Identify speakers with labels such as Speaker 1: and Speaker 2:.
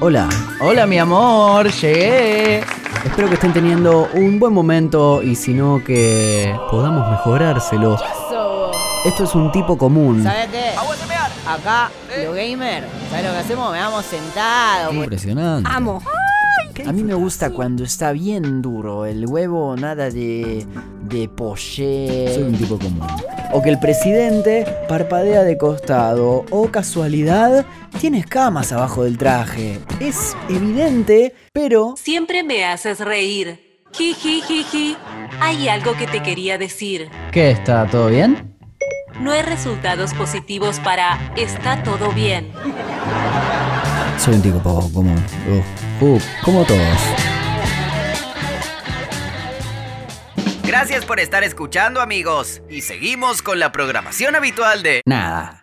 Speaker 1: Hola, hola mi amor, llegué. Espero que estén teniendo un buen momento y si no que podamos mejorárselo.
Speaker 2: Eso.
Speaker 1: Esto es un tipo común.
Speaker 2: ¿Sabes qué? Acá, los gamers, ¿sabes lo que hacemos? Me vamos sentados. pues.
Speaker 1: Impresionante.
Speaker 3: Amo.
Speaker 4: A mí me gusta cuando está bien duro el huevo, nada de, de poché.
Speaker 1: Soy un tipo común.
Speaker 4: O que el presidente parpadea de costado. O casualidad, tiene escamas abajo del traje. Es evidente, pero
Speaker 5: Siempre me haces reír. Jiji, jiji. Hay algo que te quería decir.
Speaker 1: ¿Qué está? ¿Todo bien?
Speaker 5: No hay resultados positivos para está todo bien.
Speaker 1: Soy un tipo poco común. Uh, uh, como todos.
Speaker 6: Gracias por estar escuchando amigos y seguimos con la programación habitual de
Speaker 1: Nada.